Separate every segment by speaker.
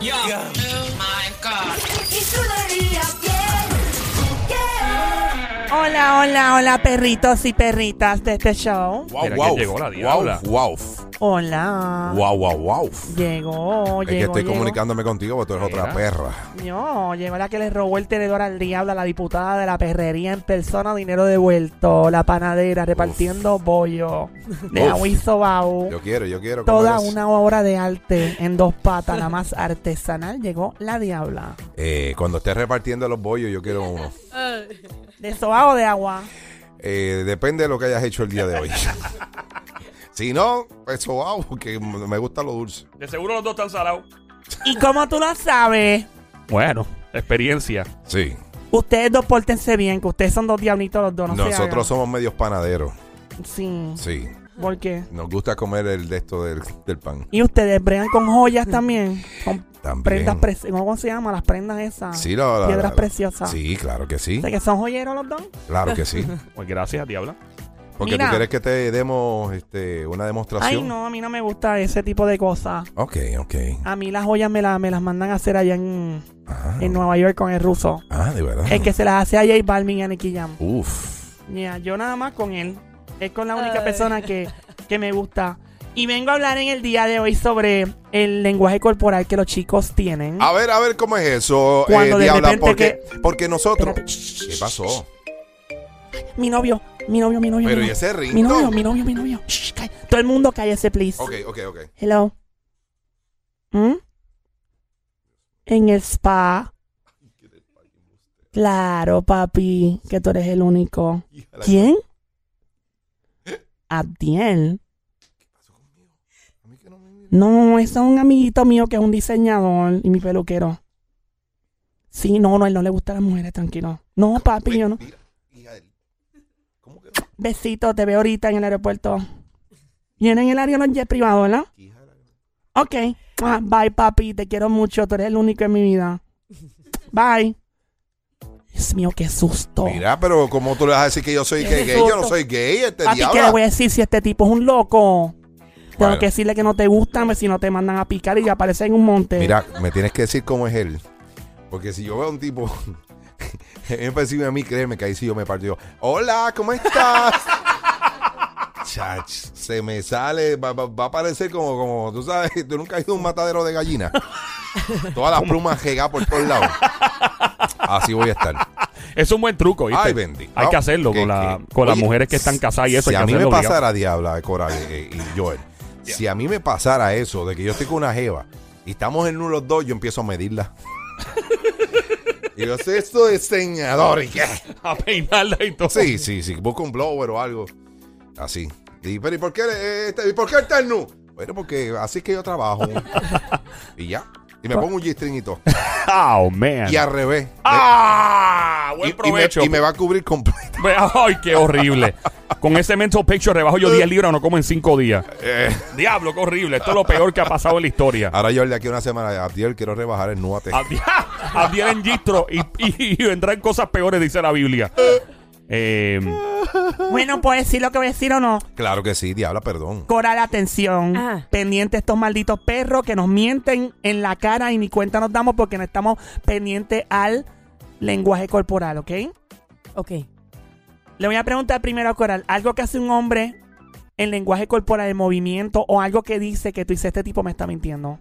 Speaker 1: Yo. Oh My God.
Speaker 2: Y tú lo harías bien. Yeah.
Speaker 3: Hola, hola, hola, perritos y perritas de este show.
Speaker 4: Wow,
Speaker 5: Mira,
Speaker 4: wow,
Speaker 5: ¿quién llegó? La
Speaker 4: wow,
Speaker 5: diabla.
Speaker 4: wow,
Speaker 3: Hola.
Speaker 4: wow, wow, wow.
Speaker 3: Llegó, llegó.
Speaker 4: Es que estoy
Speaker 3: llegó.
Speaker 4: comunicándome contigo porque tú eres otra
Speaker 5: Mira.
Speaker 4: perra.
Speaker 3: No, llegó la que le robó el tenedor al diablo a la diputada de la perrería en persona, dinero devuelto, la panadera repartiendo bollo de
Speaker 4: Uf.
Speaker 3: agua y sobao.
Speaker 4: Yo quiero, yo quiero. ¿cómo
Speaker 3: Toda
Speaker 4: eres?
Speaker 3: una obra de arte en dos patas, la más artesanal, llegó la diabla.
Speaker 4: Eh, cuando estés repartiendo los bollos, yo quiero uno.
Speaker 3: ¿De sobao o de agua?
Speaker 4: Eh, depende de lo que hayas hecho el día de hoy. si no, eso wow, porque me gusta lo dulce.
Speaker 5: De seguro los dos están salados.
Speaker 3: ¿Y cómo tú lo sabes?
Speaker 5: Bueno, experiencia.
Speaker 4: Sí.
Speaker 3: Ustedes dos pórtense bien, que ustedes son dos diablitos los dos. No se
Speaker 4: Nosotros somos medios panaderos.
Speaker 3: hagan. Sí,
Speaker 4: Sí.
Speaker 3: ¿por qué?
Speaker 4: Nos gusta comer el de esto del, del pan.
Speaker 3: Y ustedes bregan con joyas
Speaker 4: Mm.
Speaker 3: también. Con
Speaker 4: También.
Speaker 3: prendas preciosas. ¿Cómo se llama? Las prendas esas.
Speaker 4: Sí, la- la-
Speaker 3: Piedras
Speaker 4: la-
Speaker 3: preciosas.
Speaker 4: Sí, claro que sí.
Speaker 3: O sea, que son joyeros los dos.
Speaker 4: Claro que sí.
Speaker 5: Pues gracias, Diabla.
Speaker 4: Porque
Speaker 3: Mira.
Speaker 4: tú quieres que te demos este, una
Speaker 3: Ay,
Speaker 4: demostración.
Speaker 3: no, a mí no me gusta ese tipo de cosas.
Speaker 4: Ok, ok.
Speaker 3: A mí las joyas me, la- me las mandan a hacer allá en,
Speaker 4: Ah,
Speaker 3: en Nueva York con el ruso.
Speaker 4: ah, de verdad.
Speaker 3: El que se las hace a J Balvin y a Nicky Jam.
Speaker 4: Uf.
Speaker 3: Mira, yo nada más con él. Es con la única persona que, que me gusta. Y vengo a hablar en el día de hoy sobre el lenguaje corporal que los chicos tienen.
Speaker 4: A ver, a ver cómo es eso, eh,
Speaker 3: Cuando de
Speaker 4: Diabla,
Speaker 3: repente
Speaker 4: porque, porque nosotros...
Speaker 3: Espérate.
Speaker 4: ¿Qué pasó?
Speaker 3: Mi novio, mi novio, mi novio.
Speaker 4: Pero
Speaker 3: mi
Speaker 4: ¿y
Speaker 3: novio.
Speaker 4: ese
Speaker 3: Mi novio,
Speaker 4: ringtone?
Speaker 3: mi novio, mi novio. Shh, calla. Todo el mundo cállese, please.
Speaker 4: Ok, ok, ok.
Speaker 3: Hello. ¿Mm? En el spa. Claro, papi, que tú eres el único. ¿Quién? Abdiel. No, eso es un amiguito mío que es un diseñador y mi peluquero. Sí, no, no, a él no le gustan las mujeres, tranquilo. No, papi, yo no.
Speaker 4: Mira, hija del- ¿Cómo que
Speaker 3: Besito, te veo ahorita en el aeropuerto. Vienen en el avión jet privado, ¿verdad? Ok. Ah, Bye, papi. Te quiero mucho. Tú eres el único en mi vida. Bye. Dios mío, qué susto.
Speaker 4: Mira, pero ¿cómo tú le vas a decir que yo soy gay? gay? Yo no soy gay, este
Speaker 3: papi, ¿qué le
Speaker 4: diablo.
Speaker 3: voy a decir si este tipo es un loco? Tengo
Speaker 4: Bueno.
Speaker 3: que decirle que no te gustan, pues, si no te mandan a picar y ya aparecen en un monte.
Speaker 4: Mira, me tienes que decir cómo es él. Porque si yo veo a un tipo... Es parecido a mí, créeme que ahí sí yo me parto. Yo, Hola, ¿cómo estás? Chach, se me sale, va, va- va a parecer como, como, tú sabes, tú nunca has ido a un matadero de gallina. Todas las plumas llegadas por todos lados. Así voy a estar.
Speaker 5: Es un buen truco, ¿viste?
Speaker 4: Ay, bendito.
Speaker 5: Hay que hacerlo
Speaker 4: ¿Qué,
Speaker 5: con, la-
Speaker 4: qué?
Speaker 5: con las
Speaker 4: Oye,
Speaker 5: mujeres que están casadas y eso.
Speaker 4: Si
Speaker 5: hay
Speaker 4: a
Speaker 5: que
Speaker 4: mí me
Speaker 5: hacerlo obligado.
Speaker 4: pasara, Diabla, Coral eh, y Joel, si a mí me pasara eso, de que yo estoy con una jeva y estamos en uno los dos, yo empiezo a medirla. y yo sé esto de diseñador y qué.
Speaker 5: A peinarla y todo.
Speaker 4: Sí, sí, sí. Busco un blower o algo. Así. Y, pero, ¿y por qué, eh, este- ¿y por qué el terno? Bueno, porque así es que yo trabajo. y ya. Y me pongo un G-string y todo.
Speaker 5: Oh, man.
Speaker 4: Y al revés.
Speaker 5: ¡Ah!
Speaker 4: Y-
Speaker 5: Buen
Speaker 4: y me-
Speaker 5: provecho.
Speaker 4: y me va a cubrir completo.
Speaker 5: Ve- ¡Ay, qué horrible! Con ese mental picture rebajo yo 10 libras, no como en 5 días.
Speaker 4: Eh.
Speaker 5: Diablo, qué horrible. Esto es lo peor que ha pasado en la historia.
Speaker 4: Ahora yo de aquí a una semana, Abdiel, quiero rebajar el núate.
Speaker 5: Ah. Advienen gistro y, y- y vendrán cosas peores, dice la Biblia. Eh,
Speaker 3: Bueno, ¿puedo decir lo que voy a decir o no?
Speaker 4: Claro que sí, diabla, perdón.
Speaker 3: Coral, atención.
Speaker 6: Ah.
Speaker 3: Pendiente estos malditos perros que nos mienten en la cara y ni cuenta nos damos porque no estamos pendientes al lenguaje corporal, ¿ok?
Speaker 6: Ok.
Speaker 3: Le voy a preguntar primero a Coral, algo que hace un hombre en lenguaje corporal, en movimiento, o algo que dice que tú dices, este tipo me está mintiendo.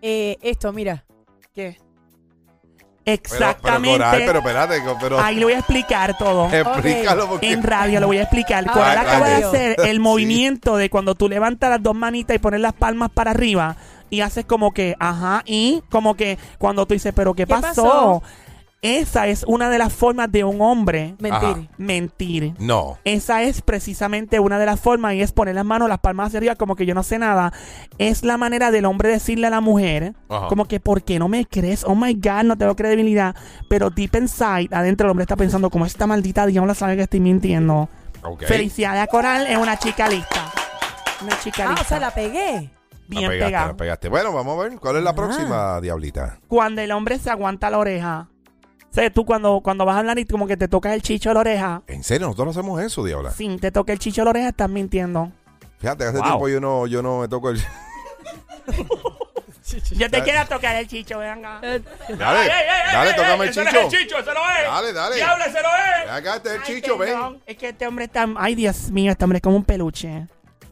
Speaker 6: Eh, esto, mira.
Speaker 3: ¿Qué?
Speaker 4: Pero, pero,
Speaker 3: Exactamente.
Speaker 4: Coral, pero espérate, co- pero
Speaker 3: Ahí le voy a explicar todo.
Speaker 4: explícalo porque.
Speaker 3: En radio lo voy a explicar.
Speaker 6: Ah,
Speaker 3: Coral
Speaker 6: en
Speaker 3: acaba de
Speaker 6: radio.
Speaker 3: hacer el
Speaker 4: Sí.
Speaker 3: movimiento de cuando tú levantas las dos manitas y pones las palmas para arriba y haces como que, ajá, y como que cuando tú dices, pero ¿qué,
Speaker 6: ¿Qué
Speaker 3: pasó?
Speaker 6: pasó?
Speaker 3: Esa es una de las formas de un hombre
Speaker 6: Mentir.
Speaker 3: mentir.
Speaker 4: No.
Speaker 3: Esa es precisamente una de las formas y es poner las manos, las palmas hacia arriba como que yo no sé nada. Es la manera del hombre decirle a la mujer
Speaker 4: Ajá.
Speaker 3: como que ¿por qué no me crees? Oh my God, no tengo credibilidad. Pero deep inside, adentro el hombre está pensando como esta maldita diabla sabe que estoy mintiendo.
Speaker 4: Ok.
Speaker 3: Felicidades a Coral es una chica lista. Una chica
Speaker 6: Ah,
Speaker 3: lista.
Speaker 6: o sea, la pegué.
Speaker 4: La
Speaker 3: bien
Speaker 4: pegaste,
Speaker 3: pegada.
Speaker 4: la pegaste. Bueno, vamos a ver. ¿Cuál es la
Speaker 6: Ah.
Speaker 4: próxima, diablita?
Speaker 3: Cuando el hombre se aguanta la oreja. O sea, tú cuando, cuando vas a hablar y como que te tocas el chicho de la oreja.
Speaker 4: En serio, nosotros no hacemos eso, diabla.
Speaker 3: Si te toca el chicho de la oreja, estás mintiendo.
Speaker 4: Fíjate, hace
Speaker 5: Wow.
Speaker 4: tiempo yo no, yo no me toco el.
Speaker 3: Yo te quiero tocar el chicho, venga.
Speaker 4: Dale, dale, tócame el
Speaker 5: Ese no es
Speaker 4: chicho.
Speaker 5: el Eh, chicho, ese no es.
Speaker 4: Dale, dale.
Speaker 5: Diablo, ese no es.
Speaker 4: Acá está el
Speaker 3: Ay,
Speaker 4: chicho, ven.
Speaker 3: eh. perdón, Es que este hombre está. Ay, Dios mío, este hombre es como un peluche.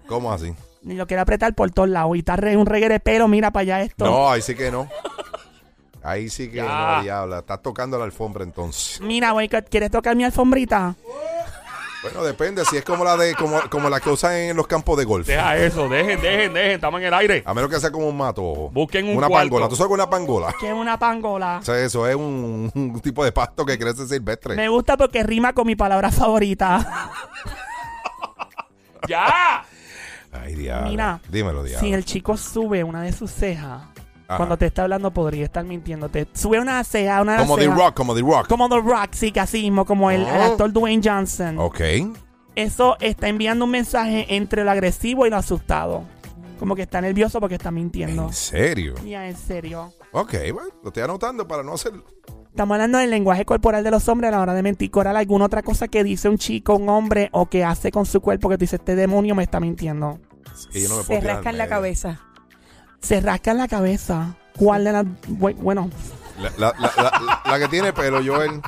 Speaker 4: ¿Cómo así?
Speaker 3: Ni lo quiere apretar por todos lados. Y está re, un reguero de pelo, mira para allá esto.
Speaker 4: No, ahí sí que no. Ahí sí que
Speaker 5: Ya.
Speaker 4: no, diabla. Estás tocando la alfombra entonces.
Speaker 3: Mira, boycott, ¿quieres tocar mi alfombrita?
Speaker 4: Bueno, depende. Si es como la de como, como la que usan en los campos de golf.
Speaker 5: Deja eso, dejen, dejen, dejen. Estamos en el aire.
Speaker 4: A menos que sea como un mato. ojo.
Speaker 5: Busquen un
Speaker 4: Una
Speaker 5: cuarto.
Speaker 4: pangola. ¿Tú sabes qué es una pangola?
Speaker 3: Que es una pangola.
Speaker 4: O sea, eso es un, un tipo de pasto que crece silvestre.
Speaker 3: Me gusta porque rima con mi palabra favorita.
Speaker 5: ¡Ya!
Speaker 4: Ay, diablo.
Speaker 3: Mira,
Speaker 4: Dímelo, diablo.
Speaker 3: Si el chico sube una de sus cejas,
Speaker 4: Ajá.
Speaker 3: cuando te está hablando podría estar mintiéndote. Sube una ceja, una de
Speaker 4: como
Speaker 3: las
Speaker 4: The
Speaker 3: cejas.
Speaker 4: Rock, como The Rock.
Speaker 3: Como The Rock, sí, casi mismo, como el, el
Speaker 4: Oh.
Speaker 3: actor Dwayne Johnson.
Speaker 4: Ok.
Speaker 3: Eso está enviando un mensaje entre lo agresivo y lo asustado. Como que está nervioso porque está mintiendo.
Speaker 4: ¿En serio?
Speaker 3: Ya, en serio.
Speaker 4: Ok, bueno, lo estoy anotando para no hacerlo.
Speaker 3: Estamos hablando del lenguaje corporal de los hombres a la hora de mentir. Coral, alguna otra cosa que dice un chico, un hombre o que hace con su cuerpo que tú dices, este demonio me está mintiendo.
Speaker 4: Es que yo no me puedo
Speaker 6: Se
Speaker 4: tirar
Speaker 6: rascan
Speaker 4: en
Speaker 6: la
Speaker 4: medio.
Speaker 6: cabeza.
Speaker 3: Se rasca la cabeza. ¿Cuál de las.? bu- Bueno,
Speaker 4: La, la- la- la- la que tiene pelo, Joel.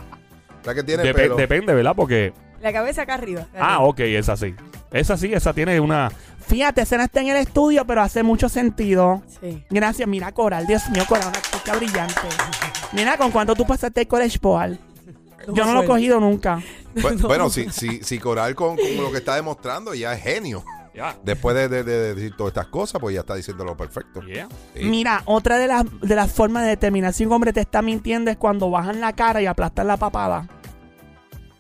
Speaker 4: La que tiene
Speaker 5: Depe-
Speaker 4: pelo.
Speaker 5: depende, ¿verdad? Porque.
Speaker 6: La cabeza acá arriba.
Speaker 5: Ah, ok, esa sí. Esa sí, esa tiene una.
Speaker 3: fíjate, ese no está en el estudio, pero hace mucho sentido.
Speaker 6: Sí.
Speaker 3: Gracias, mira, Coral. Dios mío, Coral, una chica brillante. Mira, ¿con cuánto tú pasaste el college ball? Yo no lo he cogido nunca.
Speaker 4: Bu- bueno, si, si, si Coral con, con lo que está demostrando ya es genio.
Speaker 5: Ya.
Speaker 4: Después de, de- de decir todas estas cosas, pues ya está diciendo lo perfecto.
Speaker 5: Oh,
Speaker 4: Eh,
Speaker 5: Yeah.
Speaker 4: Sí.
Speaker 3: Mira, otra de las, de las formas de determinar si un hombre te está mintiendo es cuando bajan la cara y aplastan la papada.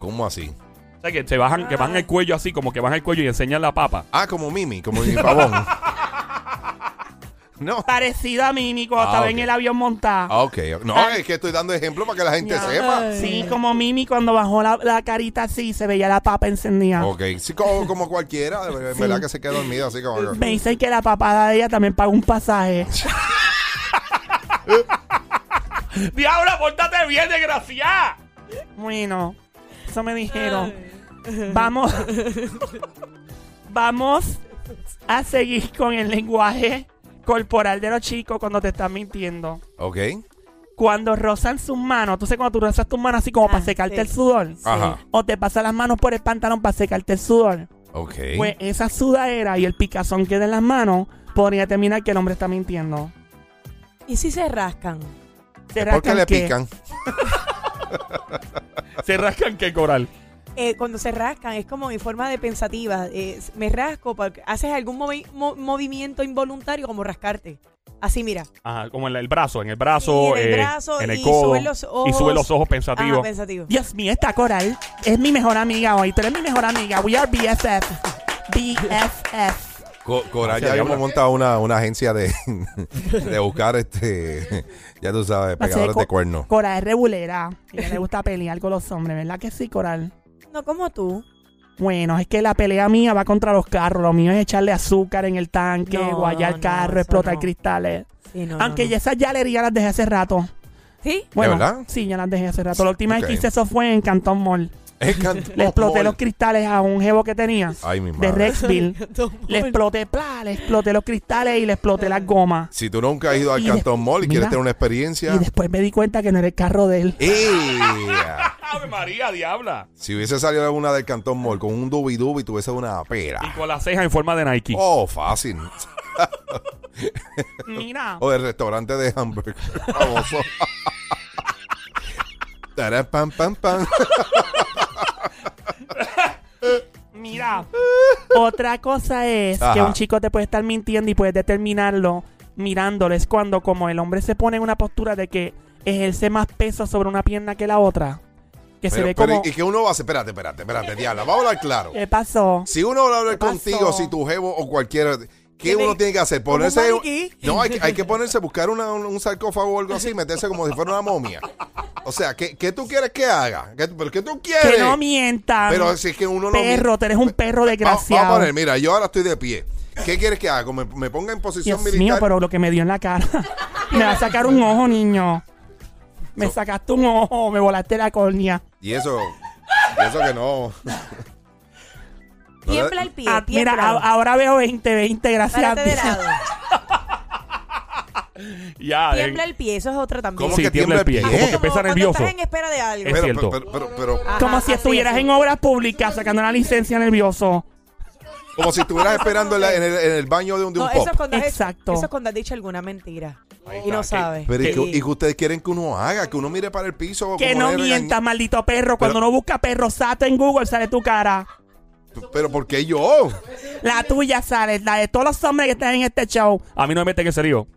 Speaker 4: ¿Cómo así?
Speaker 5: O sea, que te bajan, que bajan el cuello así, como que bajan el cuello y enseñan la papa.
Speaker 4: Ah, como Mimi, como mi pavón. no.
Speaker 3: Parecido a Mímico,
Speaker 4: Ah,
Speaker 3: estaba
Speaker 4: ok.
Speaker 3: en el avión montado.
Speaker 4: Ah, ok. No, es que estoy dando ejemplo para que la gente
Speaker 3: Ya.
Speaker 4: sepa.
Speaker 3: Sí, como Mimi cuando bajó la, la carita así, se veía la papa encendida.
Speaker 4: Ok, sí, como, como cualquiera, en verdad que se queda dormido así como...
Speaker 3: Me dicen que la papada de ella también pagó un pasaje.
Speaker 5: ¡Diabla, pórtate bien, desgraciada!
Speaker 3: Bueno, eso me dijeron. Vamos. Vamos a seguir con el lenguaje corporal de los chicos cuando te están mintiendo.
Speaker 4: Ok,
Speaker 3: Cuando rozan sus manos, tú sabes cuando tú rozas tus manos así como
Speaker 6: Ah,
Speaker 3: para secarte
Speaker 6: sí.
Speaker 3: el sudor.
Speaker 4: Ajá.
Speaker 3: O te pasas las manos por el pantalón para secarte el sudor.
Speaker 4: ok.
Speaker 3: Pues esa sudadera y el picazón que da en las manos podría terminar que el hombre está mintiendo.
Speaker 6: ¿Y si se rascan?
Speaker 3: Se
Speaker 4: ¿Por qué
Speaker 3: rascan
Speaker 4: le
Speaker 3: que-
Speaker 4: pican?
Speaker 5: Se rascan que coral.
Speaker 6: Eh, cuando se rascan es como mi forma de pensativa. eh, s- me rasco, porque haces algún movi- mo- movimiento involuntario como rascarte. Así, mira.
Speaker 5: Ajá, como en la- el brazo, en el brazo,
Speaker 6: Y en el
Speaker 5: eh,
Speaker 6: brazo,
Speaker 5: en el
Speaker 6: y
Speaker 5: codo.
Speaker 6: suben los ojos.
Speaker 5: Y suben los ojos
Speaker 6: Ajá,
Speaker 5: pensativos.
Speaker 6: Ah, pensativo.
Speaker 3: Dios mío, esta coral es mi mejor amiga hoy. Tú eres mi mejor amiga. We are BFF. BFF.
Speaker 4: Co- Coral, ya
Speaker 5: Gracias,
Speaker 4: habíamos
Speaker 5: diabla.
Speaker 4: montado una, una agencia de, de buscar este, ya tú sabes, pegadores de cuernos.
Speaker 3: Coral es rebulera. Ella le gusta pelear con los hombres, ¿verdad que sí, Coral?
Speaker 6: No como tú.
Speaker 3: Bueno, es que la pelea mía va contra los carros. Lo mío es echarle azúcar en el tanque,
Speaker 6: No,
Speaker 3: guayar
Speaker 6: no,
Speaker 3: carro,
Speaker 6: eso
Speaker 3: explotar
Speaker 6: no.
Speaker 3: cristales.
Speaker 6: Sí, no,
Speaker 3: Aunque
Speaker 6: no, no.
Speaker 3: ya esas yalerías las dejé hace rato.
Speaker 6: ¿Sí?
Speaker 3: Bueno,
Speaker 4: verdad?
Speaker 3: sí, ya las dejé hace rato. La última
Speaker 4: Ok. Oh,
Speaker 3: vez que hice eso fue en Cantón Mall. Le exploté los cristales a un jevo que tenía
Speaker 4: Ay, mi
Speaker 3: de
Speaker 4: madre.
Speaker 3: Rexville. Le exploté, pla, le exploté los cristales y le exploté las gomas.
Speaker 4: Si tú nunca has ido al
Speaker 3: Y de-
Speaker 4: Cantón Mall y
Speaker 3: mira.
Speaker 4: quieres tener una experiencia...
Speaker 3: Y después me di cuenta que no era el carro de él.
Speaker 4: ¡Ea!
Speaker 6: Ah,
Speaker 5: ¡Ave María, diabla!
Speaker 4: Si hubiese salido alguna del Cantón Mall con un dubi dubi, tuviese una
Speaker 5: Y
Speaker 4: pera.
Speaker 5: con las cejas en forma de Nike.
Speaker 4: Oh, fácil.
Speaker 3: Mira.
Speaker 4: O del restaurante de hamburger. Famoso. Tará, pam, pam, pam.
Speaker 3: Mira, otra cosa es que
Speaker 4: Ajá.
Speaker 3: un chico te puede estar mintiendo y puedes determinarlo mirándolo. Es cuando como el hombre se pone en una postura de que ejerce más peso sobre una pierna que la otra. Que se
Speaker 4: Pero-
Speaker 3: ve
Speaker 4: pero
Speaker 3: como...
Speaker 4: ¿Y que uno va a hacer? Espérate, espérate, espérate, diabla. Vamos a hablar claro.
Speaker 3: ¿Qué pasó?
Speaker 4: Si uno va a hablar
Speaker 3: ¿Qué pasó?
Speaker 4: contigo, si tu jevo o cualquiera, ¿qué
Speaker 6: ¿Qué
Speaker 4: uno
Speaker 6: le-
Speaker 4: tiene que hacer?
Speaker 6: como un
Speaker 4: Ponerse.
Speaker 6: maniquí?
Speaker 4: No, hay, que- hay que ponerse, buscar una- un, un sarcófago o algo así, meterse como si fuera una momia. O sea, ¿qué, qué tú quieres que haga? ¿Qué, ¿Pero qué tú quieres?
Speaker 3: Que Ah, no mientan.
Speaker 4: Pero si es que uno no pues,
Speaker 3: Perro, tú eres un perro
Speaker 4: Vamos,
Speaker 3: desgraciado.
Speaker 4: vamos a poner, mira, yo ahora estoy de pie. ¿Qué quieres que haga? ¿Me, me ponga en posición
Speaker 3: Dios mío,
Speaker 4: militar?
Speaker 3: pero lo que me dio en la cara. me va a sacar un ojo, niño. Me sacaste un ojo, me volaste la córnea.
Speaker 4: Y eso, y eso que no.
Speaker 6: Tiembla el pie.
Speaker 3: Ah, mira,
Speaker 6: tiembla.
Speaker 3: a- ahora veo 20, 20, gracias. a
Speaker 6: Párate de
Speaker 3: Dios.
Speaker 6: lado.
Speaker 5: Ya, de-
Speaker 6: Tiembla el pie, eso es otra también. Ah,
Speaker 4: ¿Cómo
Speaker 5: Sí,
Speaker 4: que tiembla el pie?
Speaker 5: Como que
Speaker 6: Como
Speaker 5: empieza
Speaker 6: cuando
Speaker 5: nervioso.
Speaker 6: estás en espera de algo.
Speaker 5: Es
Speaker 4: Pero,
Speaker 5: cierto.
Speaker 4: pero, pero, pero-
Speaker 6: Ajá,
Speaker 3: Como si
Speaker 6: así
Speaker 3: estuvieras
Speaker 6: es.
Speaker 3: en obras públicas sacando una licencia nervioso.
Speaker 4: como si estuvieras esperando en, la- en el, en el baño de un, de un
Speaker 6: No,
Speaker 4: pop.
Speaker 6: eso es cuando has-
Speaker 3: Exacto.
Speaker 6: eso es cuando has dicho alguna mentira.
Speaker 5: Ahí
Speaker 6: Y no
Speaker 5: está,
Speaker 6: sabes.
Speaker 4: Pero y, que,
Speaker 6: Sí.
Speaker 4: y que ustedes quieren que uno haga, que uno mire para el piso.
Speaker 3: Que
Speaker 4: como
Speaker 3: no
Speaker 4: regañ-
Speaker 3: mientas, maldito perro. Cuando uno busca perro sato en Google, sale tu cara.
Speaker 4: Pero ¿por qué yo?
Speaker 3: La tuya sale, la de todos los hombres que están en este show.
Speaker 5: A mí no me meten en ese lío.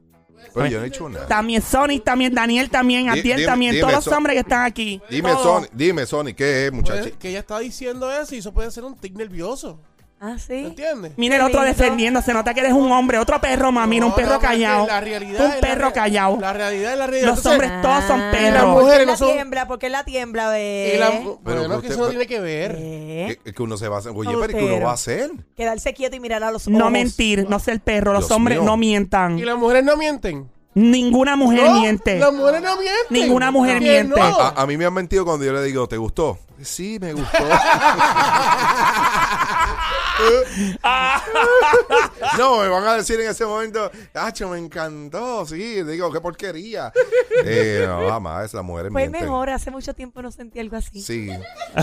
Speaker 4: Pero yo no he hecho nada.
Speaker 3: También Sonic, también Daniel, también
Speaker 4: Di-
Speaker 3: Atiel,
Speaker 4: dime-
Speaker 3: también
Speaker 4: dime,
Speaker 3: todos los
Speaker 4: Son-
Speaker 3: hombres que están aquí.
Speaker 4: Dime,
Speaker 3: Todos.
Speaker 4: Sony, dime, Sony, ¿qué es,
Speaker 7: Puede-
Speaker 4: muchacho?
Speaker 7: que ella está diciendo eso y eso puede ser un tic nervioso.
Speaker 6: Ah,
Speaker 7: ¿Me
Speaker 6: sí.
Speaker 7: entiendes?
Speaker 3: Mira el otro
Speaker 6: Lindo.
Speaker 3: defendiendo, se nota que eres un hombre, otro perro, mami, no, un
Speaker 7: No,
Speaker 3: perro
Speaker 7: no, pero es que
Speaker 3: callado.
Speaker 7: La realidad es
Speaker 3: Un
Speaker 7: la
Speaker 3: perro
Speaker 7: real-
Speaker 3: callado.
Speaker 7: La realidad es la realidad.
Speaker 3: Los
Speaker 7: Entonces,
Speaker 3: hombres todos son
Speaker 6: Ah.
Speaker 7: las
Speaker 3: perros.
Speaker 7: mujeres-
Speaker 6: ¿Por qué
Speaker 7: no
Speaker 6: la
Speaker 7: son-
Speaker 6: tiembla? ¿Por qué la tiembla,
Speaker 7: y
Speaker 3: Eh.
Speaker 7: la-
Speaker 6: ve?
Speaker 4: pero
Speaker 7: bueno, que
Speaker 4: usted-
Speaker 7: eso no tiene que ver.
Speaker 6: Ve.
Speaker 4: Que, que uno se va a hacer. Oye,
Speaker 6: No,
Speaker 4: pero ¿y qué uno
Speaker 6: pero-
Speaker 4: va a hacer?
Speaker 6: Quedarse quieto y mirar a los ojos.
Speaker 3: No mentir, no ser perro, los
Speaker 4: Dios
Speaker 3: hombres
Speaker 4: mío.
Speaker 3: no mientan.
Speaker 7: Y las mujeres no mienten.
Speaker 3: Ninguna mujer
Speaker 7: No,
Speaker 3: miente.
Speaker 7: Las mujeres no mienten.
Speaker 3: Ninguna mujer
Speaker 7: Que
Speaker 3: miente.
Speaker 7: no.
Speaker 4: A, a mí me han mentido cuando yo le digo, ¿te gustó? Sí, me gustó. no, me van a decir en ese momento, Hacho, me encantó. Sí, digo, qué porquería. Eh, no, jamás, las mujeres
Speaker 6: Pues
Speaker 4: mienten.
Speaker 6: mejor, hace mucho tiempo no sentí algo así.
Speaker 4: Sí.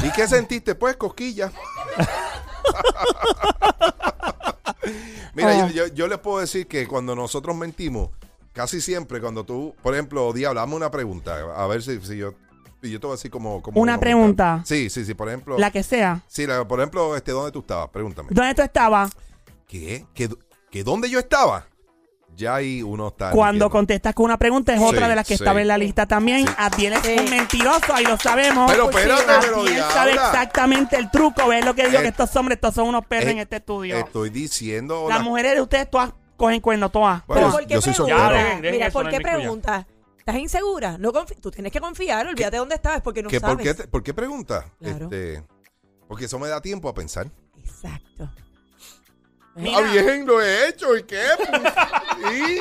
Speaker 4: ¿Y qué sentiste? Pues cosquillas.
Speaker 3: Ah.
Speaker 4: Mira, yo, yo- yo les puedo decir que cuando nosotros mentimos, casi siempre cuando tú, por ejemplo, Diablo, hazme una pregunta, a ver si, si yo, y yo te voy a decir como... como
Speaker 3: Una pregunta.
Speaker 4: Sí, sí, sí, por ejemplo...
Speaker 3: La que sea.
Speaker 4: Sí, la- por ejemplo, este, ¿dónde tú estabas? Pregúntame.
Speaker 3: ¿Dónde tú estabas?
Speaker 4: ¿Qué? ¿Que, do- que dónde yo estaba? Ya ahí uno está...
Speaker 3: Cuando
Speaker 4: mintiendo.
Speaker 3: contestas con una pregunta es otra
Speaker 4: Sí,
Speaker 3: de las que
Speaker 4: sí.
Speaker 3: estaba en la lista también.
Speaker 4: Sí.
Speaker 3: Atiel es
Speaker 6: Sí.
Speaker 3: un mentiroso, ahí lo sabemos. Pues
Speaker 4: Pero espérate, pero
Speaker 3: Atiel sabe
Speaker 4: Diabla.
Speaker 3: exactamente el truco. ¿Ves lo que digo?
Speaker 4: Eh,
Speaker 3: que estos hombres, estos son unos perros
Speaker 4: eh,
Speaker 3: en este estudio.
Speaker 4: Estoy diciendo...
Speaker 3: Las
Speaker 4: la-
Speaker 3: mujeres de ustedes todas cogen cuerno, todas.
Speaker 4: Bueno,
Speaker 6: Pero
Speaker 3: todas.
Speaker 6: ¿por qué
Speaker 4: yo soy
Speaker 6: pregunta?
Speaker 5: soltero. Ya, dejen, dejen
Speaker 6: Mira,
Speaker 5: eso,
Speaker 6: ¿por
Speaker 5: no
Speaker 6: qué
Speaker 5: es mi cuña.
Speaker 6: pregunta? ¿Estás insegura? No confi- Tú tienes que confiar, olvídate de dónde estabas porque no
Speaker 4: ¿Qué-
Speaker 6: sabes.
Speaker 4: por, qué, te- ¿Por qué pregunta?
Speaker 6: Claro.
Speaker 4: Este, porque eso me da tiempo a pensar.
Speaker 6: Exacto.
Speaker 4: Ah, bien, lo he hecho. ¿Y qué? Pues, Sí.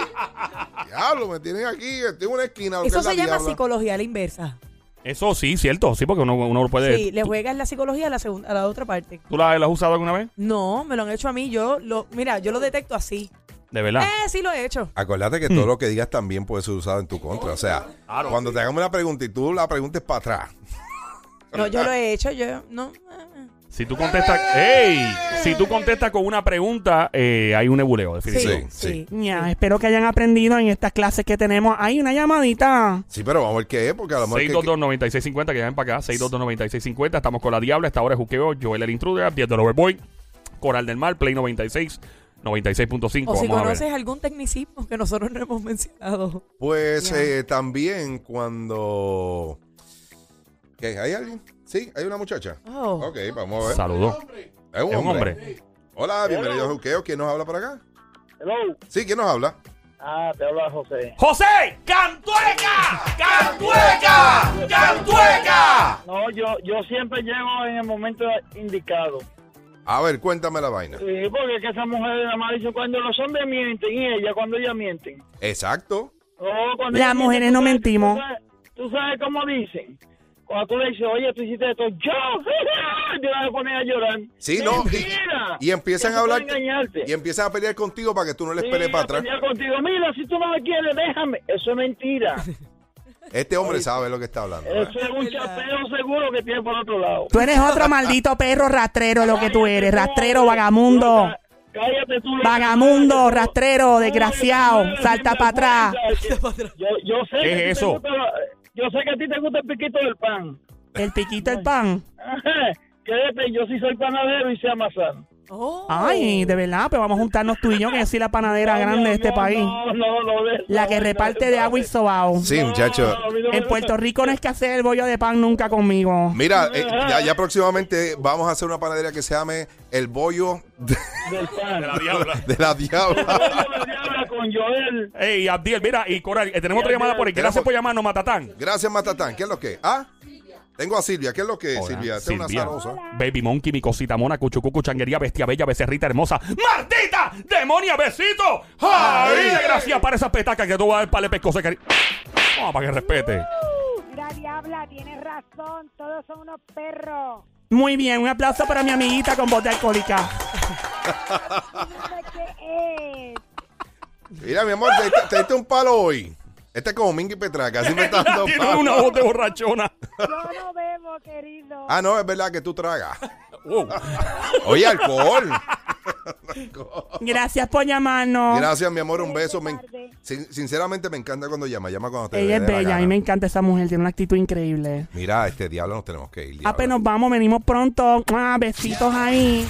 Speaker 4: Diablo, me tienen aquí. Estoy en una esquina. lo que
Speaker 6: Eso
Speaker 4: es la
Speaker 6: se llama
Speaker 4: diabla.
Speaker 6: psicología a la inversa.
Speaker 5: Eso sí, cierto. Sí, porque uno, uno puede.
Speaker 6: Sí, le
Speaker 5: ¿Tú,
Speaker 6: juegas la psicología a la, segunda, a la otra parte.
Speaker 5: tú la, la has usado alguna vez?
Speaker 6: No, me lo han hecho a mí. Yo lo, mira, yo lo detecto así.
Speaker 5: De
Speaker 4: Ah.
Speaker 5: verdad.
Speaker 6: Eh, sí lo he hecho.
Speaker 4: Acuérdate que todo
Speaker 5: Hmm.
Speaker 4: lo que digas también puede ser usado en tu contra. O sea, cuando te hagan una pregunta y tú la preguntes para atrás.
Speaker 6: No, yo lo he hecho. Yo no. eh,
Speaker 5: Si tú contestas. ¡Ey! Si tú contestas con una pregunta, eh, hay un ebuleo, definitivo.
Speaker 4: Sí, sí.
Speaker 3: Ya, espero que hayan aprendido en estas clases que tenemos. Hay una llamadita.
Speaker 4: Sí, pero vamos a ver qué es, porque a lo mejor. que-
Speaker 5: 622-9650, que llamen para acá. 622-9650. Estamos con la Diabla. Esta hora es Juqueo, Joel el Intruder, Abdiel del Overboy, Coral del Mar, Play 96, 96.5.
Speaker 6: O
Speaker 5: Vamos
Speaker 6: si
Speaker 5: a ver.
Speaker 6: conoces algún tecnicismo que nosotros no hemos mencionado.
Speaker 4: pues
Speaker 6: Ya.
Speaker 4: eh, también cuando. ¿Qué? ¿Hay alguien? Sí, hay una muchacha.
Speaker 6: Oh.
Speaker 4: Ok, vamos a ver.
Speaker 5: Saludos.
Speaker 4: Es un
Speaker 5: Es un
Speaker 4: hombre.
Speaker 5: hombre.
Speaker 4: Hola, bienvenido a Juqueo. ¿Quién nos habla por acá?
Speaker 8: Hello.
Speaker 4: Sí, ¿quién nos habla?
Speaker 8: Ah, te habla José.
Speaker 5: ¡José! ¡Cantueca! ¡Cantueca! ¡Cantueca!
Speaker 8: No, yo, yo siempre llego en el momento indicado.
Speaker 4: A ver, cuéntame la vaina.
Speaker 8: Sí, porque es que esas mujeres nada más dicen cuando los hombres mienten y ella cuando ellas mienten.
Speaker 4: Exacto.
Speaker 8: Oh, cuando
Speaker 3: Las
Speaker 8: ellas
Speaker 3: mujeres
Speaker 8: mienten,
Speaker 3: no
Speaker 8: tú sabes-
Speaker 3: mentimos.
Speaker 8: tú sabes- Tú sabes cómo dicen. Cuando tú le dices, oye, tú hiciste esto, yo, te vas a poner a llorar.
Speaker 4: Sí, no. Y,
Speaker 8: Mentira.
Speaker 4: y empiezan
Speaker 8: Eso
Speaker 4: a
Speaker 8: puede
Speaker 4: hablar.
Speaker 8: engañarte.
Speaker 4: Y empiezan a pelear contigo para que tú no les
Speaker 8: Sí,
Speaker 4: pelees para
Speaker 8: a
Speaker 4: atrás.
Speaker 8: pelear contigo, mira, si tú no me quieres, déjame. Eso es mentira.
Speaker 4: Este hombre sabe lo que está hablando. ¿eh?
Speaker 8: Eso es un chapeo seguro que tiene por otro lado.
Speaker 3: Tú eres otro maldito perro rastrero, lo que tú eres.
Speaker 8: este
Speaker 3: Rastrero, vagamundo.
Speaker 8: Cállate tú.
Speaker 3: Vagamundo, rastrero, desgraciado. Salta para atrás.
Speaker 8: Yo, yo sé
Speaker 5: ¿Qué
Speaker 8: que
Speaker 5: es
Speaker 8: a ti te
Speaker 5: eso?
Speaker 8: gusta la- yo sé que a ti te gusta el piquito del pan.
Speaker 3: El piquito, el pan.
Speaker 8: Cállate, yo sí soy panadero y sé amasar.
Speaker 6: Oh.
Speaker 4: Ah,
Speaker 3: Ay, de verdad, pero vamos a juntarnos tú y yo, que yo soy la panadera grande de este
Speaker 8: No,
Speaker 3: país.
Speaker 8: No, no, no, de-
Speaker 3: La
Speaker 8: no,
Speaker 3: que
Speaker 8: no,
Speaker 3: reparte
Speaker 8: no,
Speaker 3: de
Speaker 8: no,
Speaker 3: agua y sobao.
Speaker 4: Sí, muchacho.
Speaker 8: no, a mí no me
Speaker 3: En
Speaker 8: gusta.
Speaker 3: Puerto Rico no es que hacer el bollo de pan nunca conmigo.
Speaker 4: Mira, eh, ya, ya próximamente vamos a hacer una panadería que se llame El Bollo de,
Speaker 8: Del pan.
Speaker 5: La Diabla.
Speaker 4: de la Diabla.
Speaker 8: Yo me habla con Joel.
Speaker 5: Ey, Abdiel, mira, y Coral, eh, tenemos otra llamada por ahí. Gracias por llamarnos, Matatán.
Speaker 4: Gracias, Matatán. ¿Qué es lo que? es? ¿Ah? Tengo a Silvia. ¿Qué es lo que es,
Speaker 5: Hola,
Speaker 4: Silvia? Esta es una
Speaker 5: Silvia.
Speaker 4: zarosa.
Speaker 5: Baby Monkey, mi cosita mona, cuchucucu, changuería, bestia bella, becerrita hermosa. ¡Martita! ¡Demonia, besito! ¡Ay! de gracia para esas petacas que tú vas a dar pale pescosa, cari... Vamos, para que respete.
Speaker 9: Mira, Diabla, tienes razón, todos son unos perros.
Speaker 3: Muy bien, un aplauso para mi amiguita con voz de alcohólica.
Speaker 9: Dime qué es.
Speaker 4: Mira, mi amor, te, te diste un palo hoy. Este es como Mingy Petraca, así me está dando
Speaker 5: Tiene
Speaker 4: palo.
Speaker 5: una voz de borrachona.
Speaker 9: Yo no bebo, querido.
Speaker 4: Ah, no, es verdad que tú tragas.
Speaker 5: Wow.
Speaker 4: Oye, alcohol.
Speaker 3: Gracias por llamarnos.
Speaker 4: Gracias, mi amor, un beso. Me-
Speaker 9: tarde.
Speaker 4: sin- sinceramente me encanta cuando llama, llama cuando te
Speaker 3: Ella
Speaker 4: dé
Speaker 3: es
Speaker 4: la
Speaker 3: bella, a mí
Speaker 4: gana.
Speaker 3: me encanta esa mujer, tiene una actitud increíble. Ah, pues
Speaker 4: Mira, este diablo nos tenemos que ir. diablo.
Speaker 3: Apenas nos vamos, venimos pronto. Ah, Besitos ahí.